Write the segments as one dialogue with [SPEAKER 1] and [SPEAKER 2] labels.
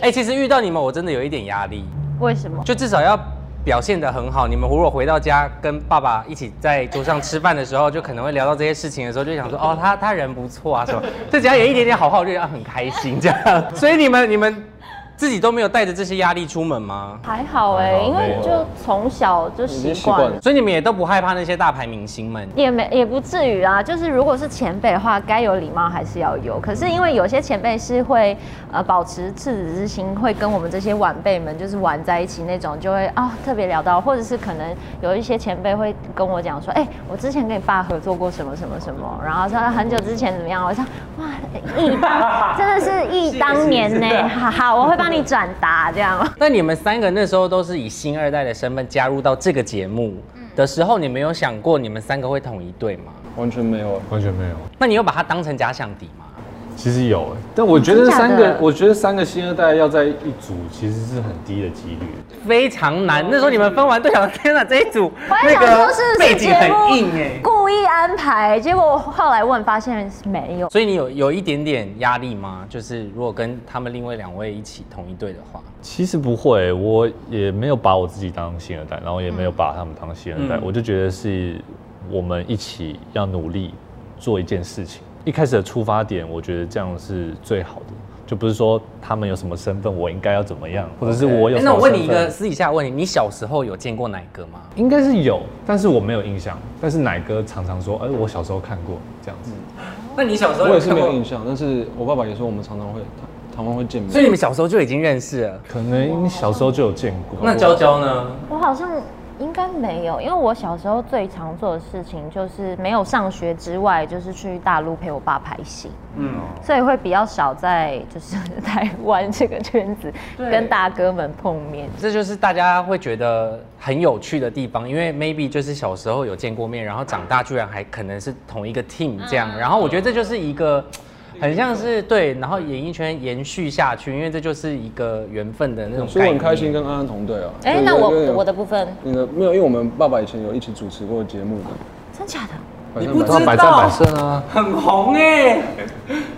[SPEAKER 1] 哎、其实遇到你们，我真的有一点压力，
[SPEAKER 2] 为什么？
[SPEAKER 1] 就至少要表现得很好。你们如果回到家跟爸爸一起在桌上吃饭的时候，就可能会聊到这些事情的时候，就想说哦，他他人不错啊什么。这只要有一点点好话，我就觉得很开心这样。所以你们你们自己都没有带着这些压力出门吗？
[SPEAKER 2] 还好哎、因为就从小就习
[SPEAKER 3] 已经习
[SPEAKER 2] 惯
[SPEAKER 3] 惯
[SPEAKER 2] 了
[SPEAKER 3] 了。
[SPEAKER 1] 所以你们也都不害怕那些大牌明星们。
[SPEAKER 2] 也没也不至于啊，就是如果是前辈的话，该有礼貌还是要有。可是因为有些前辈是会呃保持赤子之心，会跟我们这些晚辈们就是玩在一起那种，就会啊、特别聊到，或者是可能有一些前辈会跟我讲说，哎、我之前跟你爸合作过什么什么什么，然后说很久之前怎么样，我说哇，忆 当真的是忆当年呢、好好，我会帮你转达这样。
[SPEAKER 1] 那你们三个那时候都是以新二代的身份加入到这个节目的时候，你们有想过你们三个会统一队吗？
[SPEAKER 3] 完全没有。啊
[SPEAKER 4] 完全没有。
[SPEAKER 1] 那你有把它当成假想敌吗？
[SPEAKER 4] 其实有哎，但我觉得
[SPEAKER 2] 真假的
[SPEAKER 4] 三个，我觉得三个新二代要在一组，其实是很低的几率。
[SPEAKER 1] 非常难。那时候你们分完队想，天哪，这一组
[SPEAKER 2] 我还想说是不
[SPEAKER 1] 背
[SPEAKER 2] 是
[SPEAKER 1] 景
[SPEAKER 2] 节
[SPEAKER 1] 很
[SPEAKER 2] 目
[SPEAKER 1] 硬哎。
[SPEAKER 2] 故意安排，结果后来问发现没有。
[SPEAKER 1] 所以你有有一点点压力吗？就是如果跟他们另外两位一起同一队的话，
[SPEAKER 4] 其实不会，我也没有把我自己当新二代，然后也没有把他们当新二代，
[SPEAKER 1] 嗯
[SPEAKER 4] 我就觉得是我们一起要努力做一件事情。一开始的出发点，我觉得这样是最好的，就不是说他们有什么身份，我应该要怎么样，或者是我有
[SPEAKER 1] 哎
[SPEAKER 4] 什么身份、
[SPEAKER 1] 那我问你一个私底下的问题，你小时候有见过奶哥吗？
[SPEAKER 4] 应该是有，但是我没有印象。但是奶哥常常说，哎、我小时候看过这样子。
[SPEAKER 1] 那你小时
[SPEAKER 3] 我
[SPEAKER 1] 候
[SPEAKER 3] 也是没有印
[SPEAKER 1] 过？
[SPEAKER 3] 象，但是我爸爸也说我们常常会常常会见面。
[SPEAKER 1] 所以你们小时候就已经认识了。
[SPEAKER 4] 可能小时候就有见过。
[SPEAKER 1] 那娇娇呢？
[SPEAKER 2] 我好像应该没有，因为我小时候最常做的事情就是没有上学之外，就是去大陆陪我爸拍戏，
[SPEAKER 1] 嗯，
[SPEAKER 2] 所以会比较少在就是台湾这个圈子
[SPEAKER 1] 对
[SPEAKER 2] 跟大哥们碰面。
[SPEAKER 1] 这就是大家会觉得很有趣的地方，因为 maybe 就是小时候有见过面，然后长大居然还可能是同一个 team 这样，然后我觉得这就是一个。很像是对，然后演艺圈延续下去，因为这就是一个缘分的那种
[SPEAKER 3] 所以
[SPEAKER 1] 概
[SPEAKER 3] 我很
[SPEAKER 1] 念。
[SPEAKER 3] 开心跟安安同队啊。
[SPEAKER 2] 哎、
[SPEAKER 3] 对
[SPEAKER 2] 那
[SPEAKER 3] 因为
[SPEAKER 2] 我我的部分
[SPEAKER 3] 那个没有，因为我们爸爸以前有一起主持过节目的。
[SPEAKER 2] 真假的？
[SPEAKER 1] 你不知
[SPEAKER 4] 那百战百胜啊！
[SPEAKER 1] 很红哎、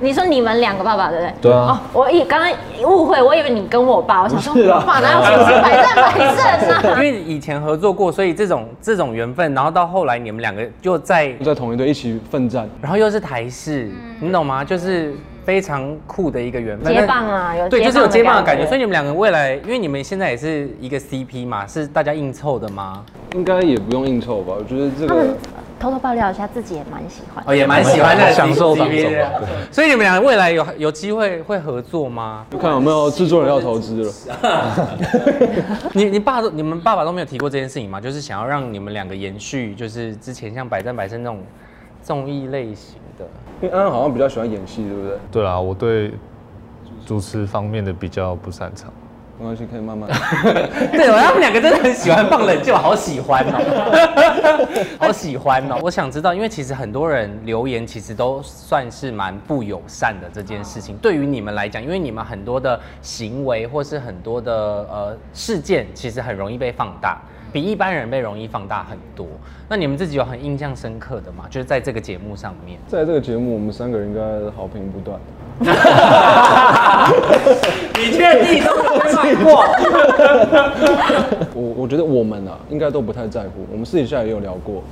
[SPEAKER 2] 你说你们两个爸爸对不对？
[SPEAKER 4] 对啊，
[SPEAKER 2] 我一刚刚误会，我以为你跟我爸，我想说
[SPEAKER 3] 啊
[SPEAKER 2] 我爸哪有什么百战百胜啊？
[SPEAKER 1] 因为以前合作过，所以这种这种缘分，然后到后来你们两个就在
[SPEAKER 3] 在同一队一起奋战，
[SPEAKER 1] 然后又是台式，你懂吗？就是非常酷的一个缘分，
[SPEAKER 2] 接棒啊有
[SPEAKER 1] 对，
[SPEAKER 2] 接
[SPEAKER 1] 就
[SPEAKER 2] 棒的
[SPEAKER 1] 是有接棒的感
[SPEAKER 2] 感
[SPEAKER 1] 觉。
[SPEAKER 2] 觉
[SPEAKER 1] 所以你们两个未来，因为你们现在也是一个 CP 嘛，是大家硬凑的吗？
[SPEAKER 3] 应该也不用应酬吧？我觉得这
[SPEAKER 2] 他
[SPEAKER 3] 个
[SPEAKER 2] 们偷偷爆料一下，自己也蛮喜欢。
[SPEAKER 3] 哎
[SPEAKER 1] 哦，也蛮喜欢的，
[SPEAKER 4] 享受
[SPEAKER 1] CP
[SPEAKER 4] 享
[SPEAKER 1] 的。所以你们两个未来有有机会会合作吗？
[SPEAKER 3] 就看有没有制作人要投资了。
[SPEAKER 1] 你你爸都你们爸爸都没有提过这件事情吗？就是想要让你们两个延续，就是之前像百战百胜那种综艺类型的。
[SPEAKER 3] 因为安安好像比较喜欢演戏，对不对？
[SPEAKER 4] 对啊，我对主持方面的比较不擅长。
[SPEAKER 3] 没关系，可以慢 慢。
[SPEAKER 1] 对，他们两个真的很喜欢放冷箭，好喜欢 哦，好喜欢哦。我想知道，因为其实很多人留言其实都算是蛮不友善的这件事情。对于你们来讲，因为你们很多的行为或是很多的呃事件，其实很容易被放大，比一般人被容易放大很多。那你们自己有很印象深刻的吗？就是在这个节目上面。
[SPEAKER 3] 在这个节目，我们三个人应该好评不断。
[SPEAKER 1] 你确定都没看过？
[SPEAKER 3] 我我觉得我们啊，应该都不太在乎。我们私底下也有聊过，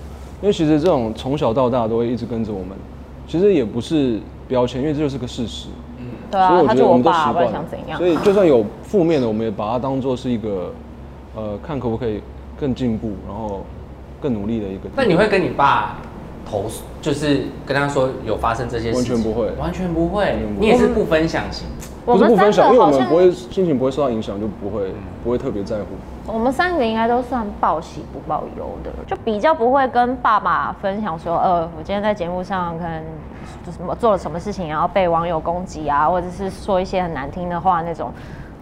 [SPEAKER 3] 因为其实这种从小到大都会一直跟着我们，其实也不是标签，因为这就是个事实。
[SPEAKER 2] 对
[SPEAKER 3] 所以
[SPEAKER 2] 啊，
[SPEAKER 3] 我
[SPEAKER 2] 他
[SPEAKER 3] 觉
[SPEAKER 2] 就
[SPEAKER 3] 得我
[SPEAKER 2] 我
[SPEAKER 3] 们都习
[SPEAKER 2] 爸，不
[SPEAKER 3] 惯
[SPEAKER 2] 然
[SPEAKER 3] 了
[SPEAKER 2] 想怎样
[SPEAKER 3] 所？以就算有负面的，我们也把它当做是一个，呃，看可不可以更进步，然后更努力的一个。
[SPEAKER 1] 那你会跟你爸投诉，就是跟他说有发生这些事情？
[SPEAKER 3] 完全不会
[SPEAKER 1] 完全不会。你也是不分享型，
[SPEAKER 2] 我
[SPEAKER 3] 不是
[SPEAKER 2] 们
[SPEAKER 3] 不分享，
[SPEAKER 2] 三
[SPEAKER 3] 因为
[SPEAKER 2] 个
[SPEAKER 3] 我
[SPEAKER 2] 好
[SPEAKER 3] 们
[SPEAKER 2] 像
[SPEAKER 3] 不会心情不会受到影响，就不会不会特别在乎。
[SPEAKER 2] 我们三个应该都算报喜不报忧的，就比较不会跟爸爸分享说，呃，我今天在节目上可能就什么做了什么事情，然后被网友攻击啊，或者是说一些很难听的话那种，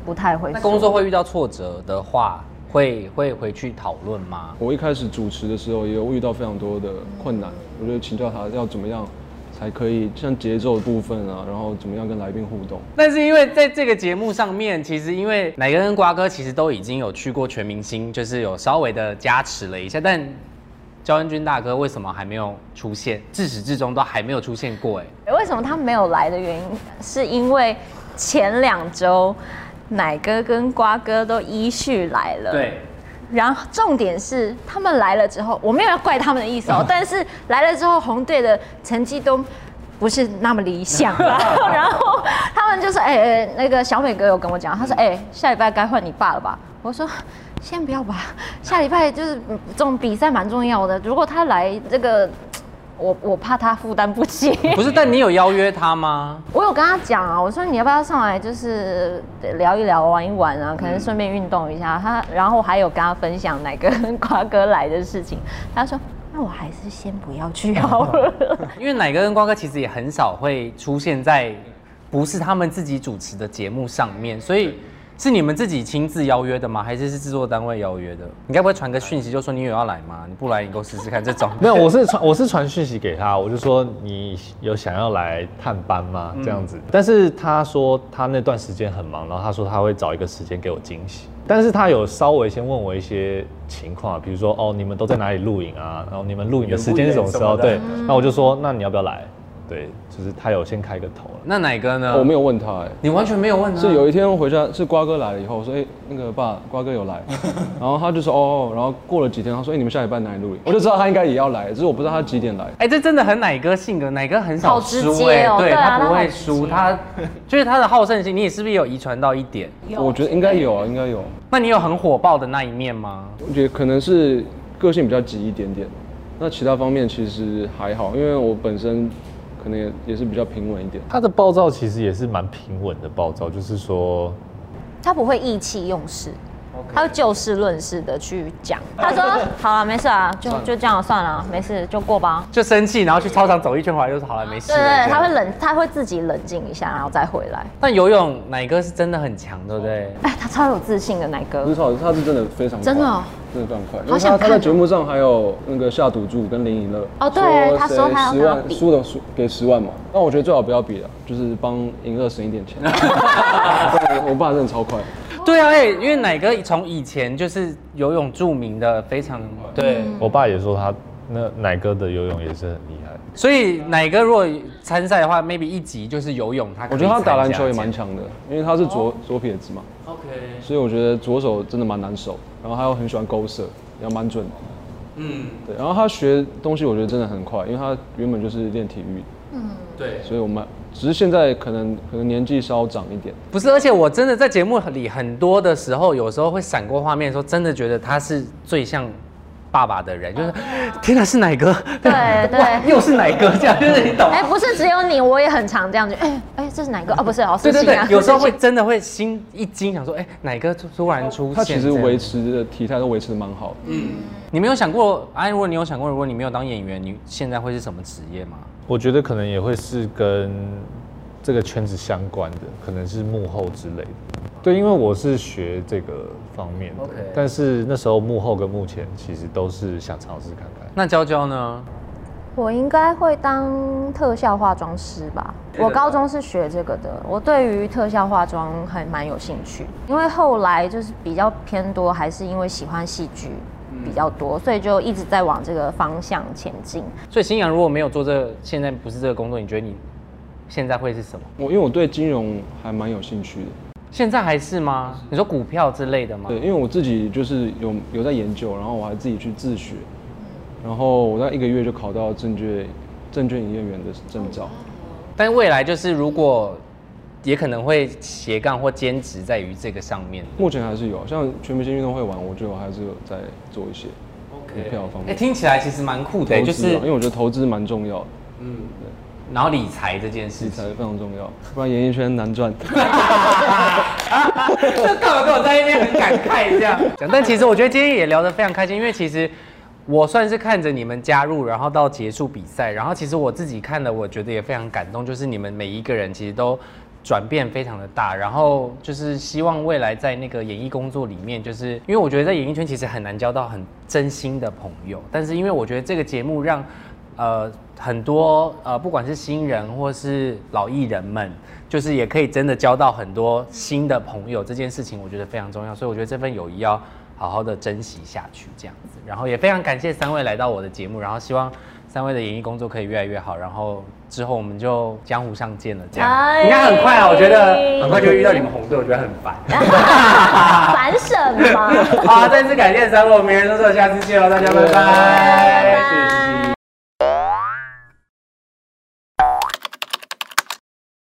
[SPEAKER 2] 不太会
[SPEAKER 1] 那
[SPEAKER 2] 说。
[SPEAKER 1] 工作会遇到挫折的话，会会回去讨论吗？
[SPEAKER 3] 我一开始主持的时候也有遇到非常多的困难，我就请教他要怎么样才可以像节奏的部分啊，然后怎么样跟来宾互动。
[SPEAKER 1] 但是因为在这个节目上面，其实因为奶哥跟瓜哥其实都已经有去过全明星，就是有稍微的加持了一下，但焦恩君大哥为什么还没有出现？至始至终都还没有出现过、哎。
[SPEAKER 2] 为什么他没有来的原因，是因为前两周奶哥跟瓜哥都依序来了。。
[SPEAKER 1] 对，
[SPEAKER 2] 然后重点是他们来了之后，我没有要怪他们的意思哦，但是来了之后，红队的成绩都不是那么理想啦。然后他们就说：“哎、哎、那个小美哥有跟我讲，他说：‘哎、下礼拜该换你爸了吧？’我说。”先不要吧， 下礼拜就是嗯这种比赛蛮重要的。如果他来这个，我我怕他负担不起。
[SPEAKER 1] 不是，但你有邀约他吗？
[SPEAKER 2] 我有跟他讲啊，我说你要不要上来，就是呃聊一聊、玩一玩
[SPEAKER 1] 嗯
[SPEAKER 2] 啊，可能顺便运动一下。他，然后还有跟他分享哪个 瓜哥来的事情，他说那我还是先不要去好了。
[SPEAKER 1] 因为奶哥跟瓜哥其实也很少会出现在不是他们自己主持的节目上面，所以是你们自己亲自邀约的吗？还是是制作单位邀约的？你该不会传个讯息就说你有要来吗？你不来，你给我试试看这种。
[SPEAKER 4] 没有，我是传我是传讯息给他，我就说你有想要来探班吗？这样子，但是他说他那段时间很忙，然后他说他会找一个时间给我惊喜。但是他有稍微先问我一些情况，比如说哦，你们都在哪里露营啊？然后你们露营的时间是什么时候？
[SPEAKER 5] 远不远
[SPEAKER 4] 对，那我就说那你要不要来？对，就是他有先开个头了。
[SPEAKER 1] 那奶哥呢？
[SPEAKER 3] 我没有问他、哎，
[SPEAKER 1] 你完全没有问他。啊
[SPEAKER 3] 是有一天回家，是瓜哥来了以后，我说：“哎、那个爸，瓜哥有来。”然后他就说：“哦。”然后过了几天，他说：“哎、你们下礼拜哪里录影？”我就知道他应该也要来，只是我不知道他几点来。
[SPEAKER 1] 哎、这真的很奶哥性格，奶哥很少
[SPEAKER 2] 好直
[SPEAKER 1] 输哎、
[SPEAKER 2] 接哦
[SPEAKER 1] 对
[SPEAKER 2] 对
[SPEAKER 1] 他
[SPEAKER 2] 啊他
[SPEAKER 1] 不
[SPEAKER 2] 好
[SPEAKER 1] 会
[SPEAKER 2] 直
[SPEAKER 1] 输，
[SPEAKER 2] 接
[SPEAKER 1] 他就是他的好胜心，你也是不是有遗传到一点？
[SPEAKER 3] 我觉得应该有啊，应该有。
[SPEAKER 1] 那你有很火爆的那一面吗？
[SPEAKER 3] 我觉得可能是个性比较急一点点，那其他方面其实还好，因为我本身可能也也是比较平稳一点。
[SPEAKER 4] 他的暴躁其实也是蛮平稳的暴躁，就是说
[SPEAKER 2] 他不会意气用事。他会就事论事的去 讲，他说：“好了，没事啊，就就这样算了，没事就过吧。
[SPEAKER 1] 就生气，然后去操场走一圈回来，就说好了，没”事
[SPEAKER 2] 对
[SPEAKER 1] 了。
[SPEAKER 2] 对，
[SPEAKER 1] 啊这样
[SPEAKER 2] 他会冷，他会自己冷静一下，然后再回来。
[SPEAKER 1] 但游泳奶哥是真的很强，对不对？
[SPEAKER 2] 哎，他超有自信的奶哥
[SPEAKER 3] 不是，超，他是真的非常快
[SPEAKER 2] 真的哦
[SPEAKER 3] 真的非常快。
[SPEAKER 2] 好想
[SPEAKER 3] 因为他他
[SPEAKER 2] 看哦
[SPEAKER 3] 在节目上还有那个夏赌注跟林以乐
[SPEAKER 2] 哦对他说
[SPEAKER 3] 谁
[SPEAKER 2] 他要
[SPEAKER 3] 十
[SPEAKER 2] 跟他
[SPEAKER 3] 万
[SPEAKER 2] 比
[SPEAKER 3] 输的输给十万嘛，那我觉得最好不要比了，就是帮赢乐省一 点钱。对我爸真的超快，
[SPEAKER 2] 哦
[SPEAKER 1] 对啊，哎、因为奶哥从以前就是游泳著名的，非常对，
[SPEAKER 2] 嗯
[SPEAKER 4] 我爸也说他那奶哥的游泳也是很厉害。
[SPEAKER 1] 所以奶哥如果参赛的话，maybe 一集就是游泳，他可以
[SPEAKER 3] 我觉得他打篮球也
[SPEAKER 1] 参
[SPEAKER 3] 蛮
[SPEAKER 1] 加
[SPEAKER 3] 强的，因为他是
[SPEAKER 2] 哦
[SPEAKER 3] 左左撇子嘛，
[SPEAKER 1] 这样。OK，
[SPEAKER 3] 所以我觉得左手真的蛮难守，然后他又很喜欢勾射，也蛮准的。
[SPEAKER 1] 嗯，
[SPEAKER 3] 对，然后他学东西我觉得真的很快，因为他原本就是练体育，
[SPEAKER 1] 对。
[SPEAKER 3] 所以我们只是现在可能可能年纪稍长一点。
[SPEAKER 1] 不是，而且我真的在节目里很多的时候，有时候会闪过画面的时候，真的觉得他是最像爸爸的人，就是天哪，是奶哥，
[SPEAKER 2] 哦对对
[SPEAKER 1] 哇又是奶哥，这样就是 你懂。
[SPEAKER 2] 哎，不是只有你，我也很常这样就，哎哎，这是哪个？哦，不是，哦，
[SPEAKER 1] 对
[SPEAKER 2] 是
[SPEAKER 1] 对
[SPEAKER 2] 信
[SPEAKER 1] 对
[SPEAKER 2] 啊，
[SPEAKER 1] 有时候会真的会心一惊，想说，哎、奶哥突突然出现。
[SPEAKER 3] 他其实
[SPEAKER 1] 这样
[SPEAKER 3] 维持的体态都维持的蛮好的。
[SPEAKER 1] 你没有想过，哎、如果你有想过，如果你没有当演员，你现在会是什么职业吗？
[SPEAKER 4] 我觉得可能也会是跟这个圈子相关的，可能是幕后之类的。对，因为我是学这个方面的
[SPEAKER 1] OK
[SPEAKER 4] 但是那时候幕后跟幕前其实都是想尝试看看。
[SPEAKER 1] 那娇娇呢？
[SPEAKER 2] 我应该会当特效化妆师吧。我高中是学这个的，我对于特效化妆还蛮有兴趣，因为后来就是比较偏多，还是因为喜欢戏剧比较多，所以就一直在往这个方向前进。
[SPEAKER 1] 所以新阳如果没有做这个现在不是这个工作，你觉得你现在会是什么？
[SPEAKER 3] 我因为我对金融还蛮有兴趣的，
[SPEAKER 1] 现在还是吗？你说股票之类的吗？
[SPEAKER 3] 对，因为我自己就是有有在研究，然后我还自己去自学，然后我在一个月就考到证券证券营业员的证照。
[SPEAKER 1] 但未来就是如果也可能会斜杠或兼职在于这个上面。
[SPEAKER 3] 目前还是有，像全明星运动会玩，我觉得我还是有在做一些股票方
[SPEAKER 1] 哎、
[SPEAKER 3] 面。
[SPEAKER 1] 听起来其实蛮酷的、
[SPEAKER 3] 投
[SPEAKER 1] 就
[SPEAKER 3] 资啊
[SPEAKER 1] 是
[SPEAKER 3] 因为我觉得投资蛮重要的，
[SPEAKER 1] 然后理财这件事
[SPEAKER 3] 理
[SPEAKER 1] 情
[SPEAKER 3] 财，非常重要，不然演艺圈难赚。
[SPEAKER 1] 就干嘛跟我在一边很感慨这样讲？但其实我觉得今天也聊得非常开心，因为其实我算是看着你们加入，然后到结束比赛，然后其实我自己看了，我觉得也非常感动，就是你们每一个人其实都转变非常的大，然后就是希望未来在那个演艺工作里面，就是因为我觉得在演艺圈其实很难交到很真心的朋友，但是因为我觉得这个节目让。呃，很多呃，不管是新人或是老艺人们，就是也可以真的交到很多新的朋友，这件事情我觉得非常重要，所以我觉得这份友哦谊要好好的珍惜下去，这样子。然后也非常感谢三位来到我的节目，然后希望三位的演艺工作可以越来越好，然后之后我们就江湖上见了，这样、
[SPEAKER 2] 哎
[SPEAKER 1] 应该很快啊，我觉得很快就会遇到你们红队，我觉得很 烦。
[SPEAKER 2] 烦什么？
[SPEAKER 1] 哦好，再次感谢三位，我们明人说说，下次见喽，大家拜拜。